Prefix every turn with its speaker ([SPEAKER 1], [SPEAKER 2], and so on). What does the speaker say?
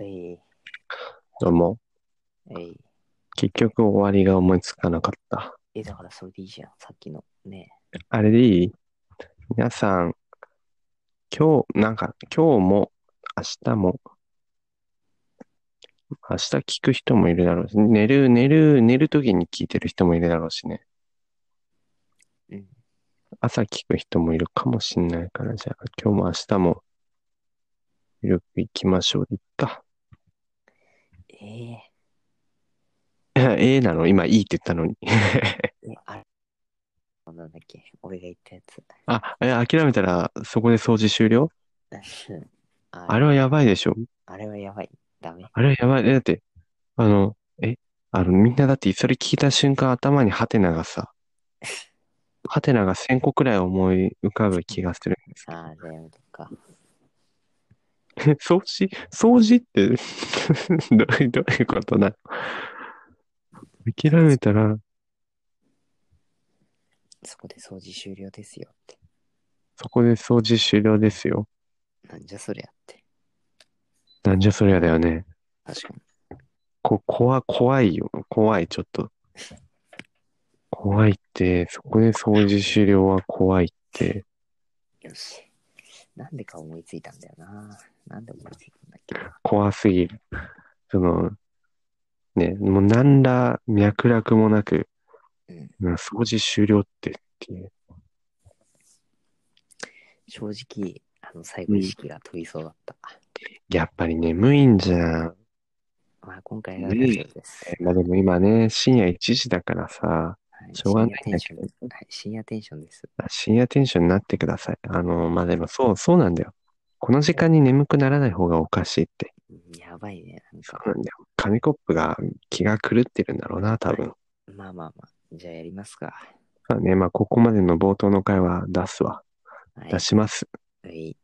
[SPEAKER 1] えい、
[SPEAKER 2] どうも。
[SPEAKER 1] えい。
[SPEAKER 2] 結局終わりが思いつかなかった。
[SPEAKER 1] え、だからそれでいいじゃん。さっきのね。
[SPEAKER 2] あれでいい皆さん、今日、なんか、今日も、明日も、明日聞く人もいるだろうし、寝る、寝る、寝る時に聞いてる人もいるだろうしね。
[SPEAKER 1] うん。
[SPEAKER 2] 朝聞く人もいるかもしんないから、じゃあ、今日も明日も、ゆるく行きましょう。いっか。
[SPEAKER 1] えー、
[SPEAKER 2] ええなの今、いいって言ったのに。
[SPEAKER 1] え、あれ。なんだっけ俺が言ったやつ。
[SPEAKER 2] あ、え、諦めたら、そこで掃除終了
[SPEAKER 1] あ
[SPEAKER 2] あれはやばいでしょ
[SPEAKER 1] あれはやばい。ダメ。
[SPEAKER 2] あれやばい。えだって、あの、え、あの、みんなだって、それ聞いた瞬間、頭にハテナがさ、ハテナが1000個くらい思い浮かぶ気がするんですけ
[SPEAKER 1] ああ、じゃあやめとくか。
[SPEAKER 2] ど。掃除、掃除って、 どういう、どういうことなの諦めたら、
[SPEAKER 1] そこで掃除終了ですよって。
[SPEAKER 2] そこで掃除終了ですよ。
[SPEAKER 1] なんじゃそりゃって。
[SPEAKER 2] なんじゃそりゃだよね。
[SPEAKER 1] 確かに。
[SPEAKER 2] こ、怖、怖いよ。怖い、ちょっと。怖いって、そこで掃除終了は怖いって。
[SPEAKER 1] よし。なんでか思いついたんだよな。なんで思いついたんだっけ
[SPEAKER 2] 怖すぎる。その、ね、もう何ら脈絡もなく、
[SPEAKER 1] うん
[SPEAKER 2] うん掃除終了ってっていう。
[SPEAKER 1] 正直、あの、最後意識が飛びそうだった。
[SPEAKER 2] やっぱり眠いんじゃん。
[SPEAKER 1] まあ、今回は大丈夫です。
[SPEAKER 2] まあでも今ね、深夜1時だからさ、
[SPEAKER 1] は
[SPEAKER 2] しょうがないんだ
[SPEAKER 1] 深
[SPEAKER 2] け
[SPEAKER 1] 夜テ
[SPEAKER 2] ど
[SPEAKER 1] ンションはい、深夜テンションです。
[SPEAKER 2] 深夜テンションになってください。あの、まあでもそう、そうなんだよ。この時間に眠くならない方がおかしいって。
[SPEAKER 1] うんやばいね。なん
[SPEAKER 2] そ
[SPEAKER 1] か、
[SPEAKER 2] うなんだよ。紙コップが気が狂ってるんだろうな、多分。
[SPEAKER 1] まあまあまあ。じゃあやりますか。
[SPEAKER 2] まあね、まあここまでの冒頭の会話出すわ。
[SPEAKER 1] はい
[SPEAKER 2] 出。します。
[SPEAKER 1] はい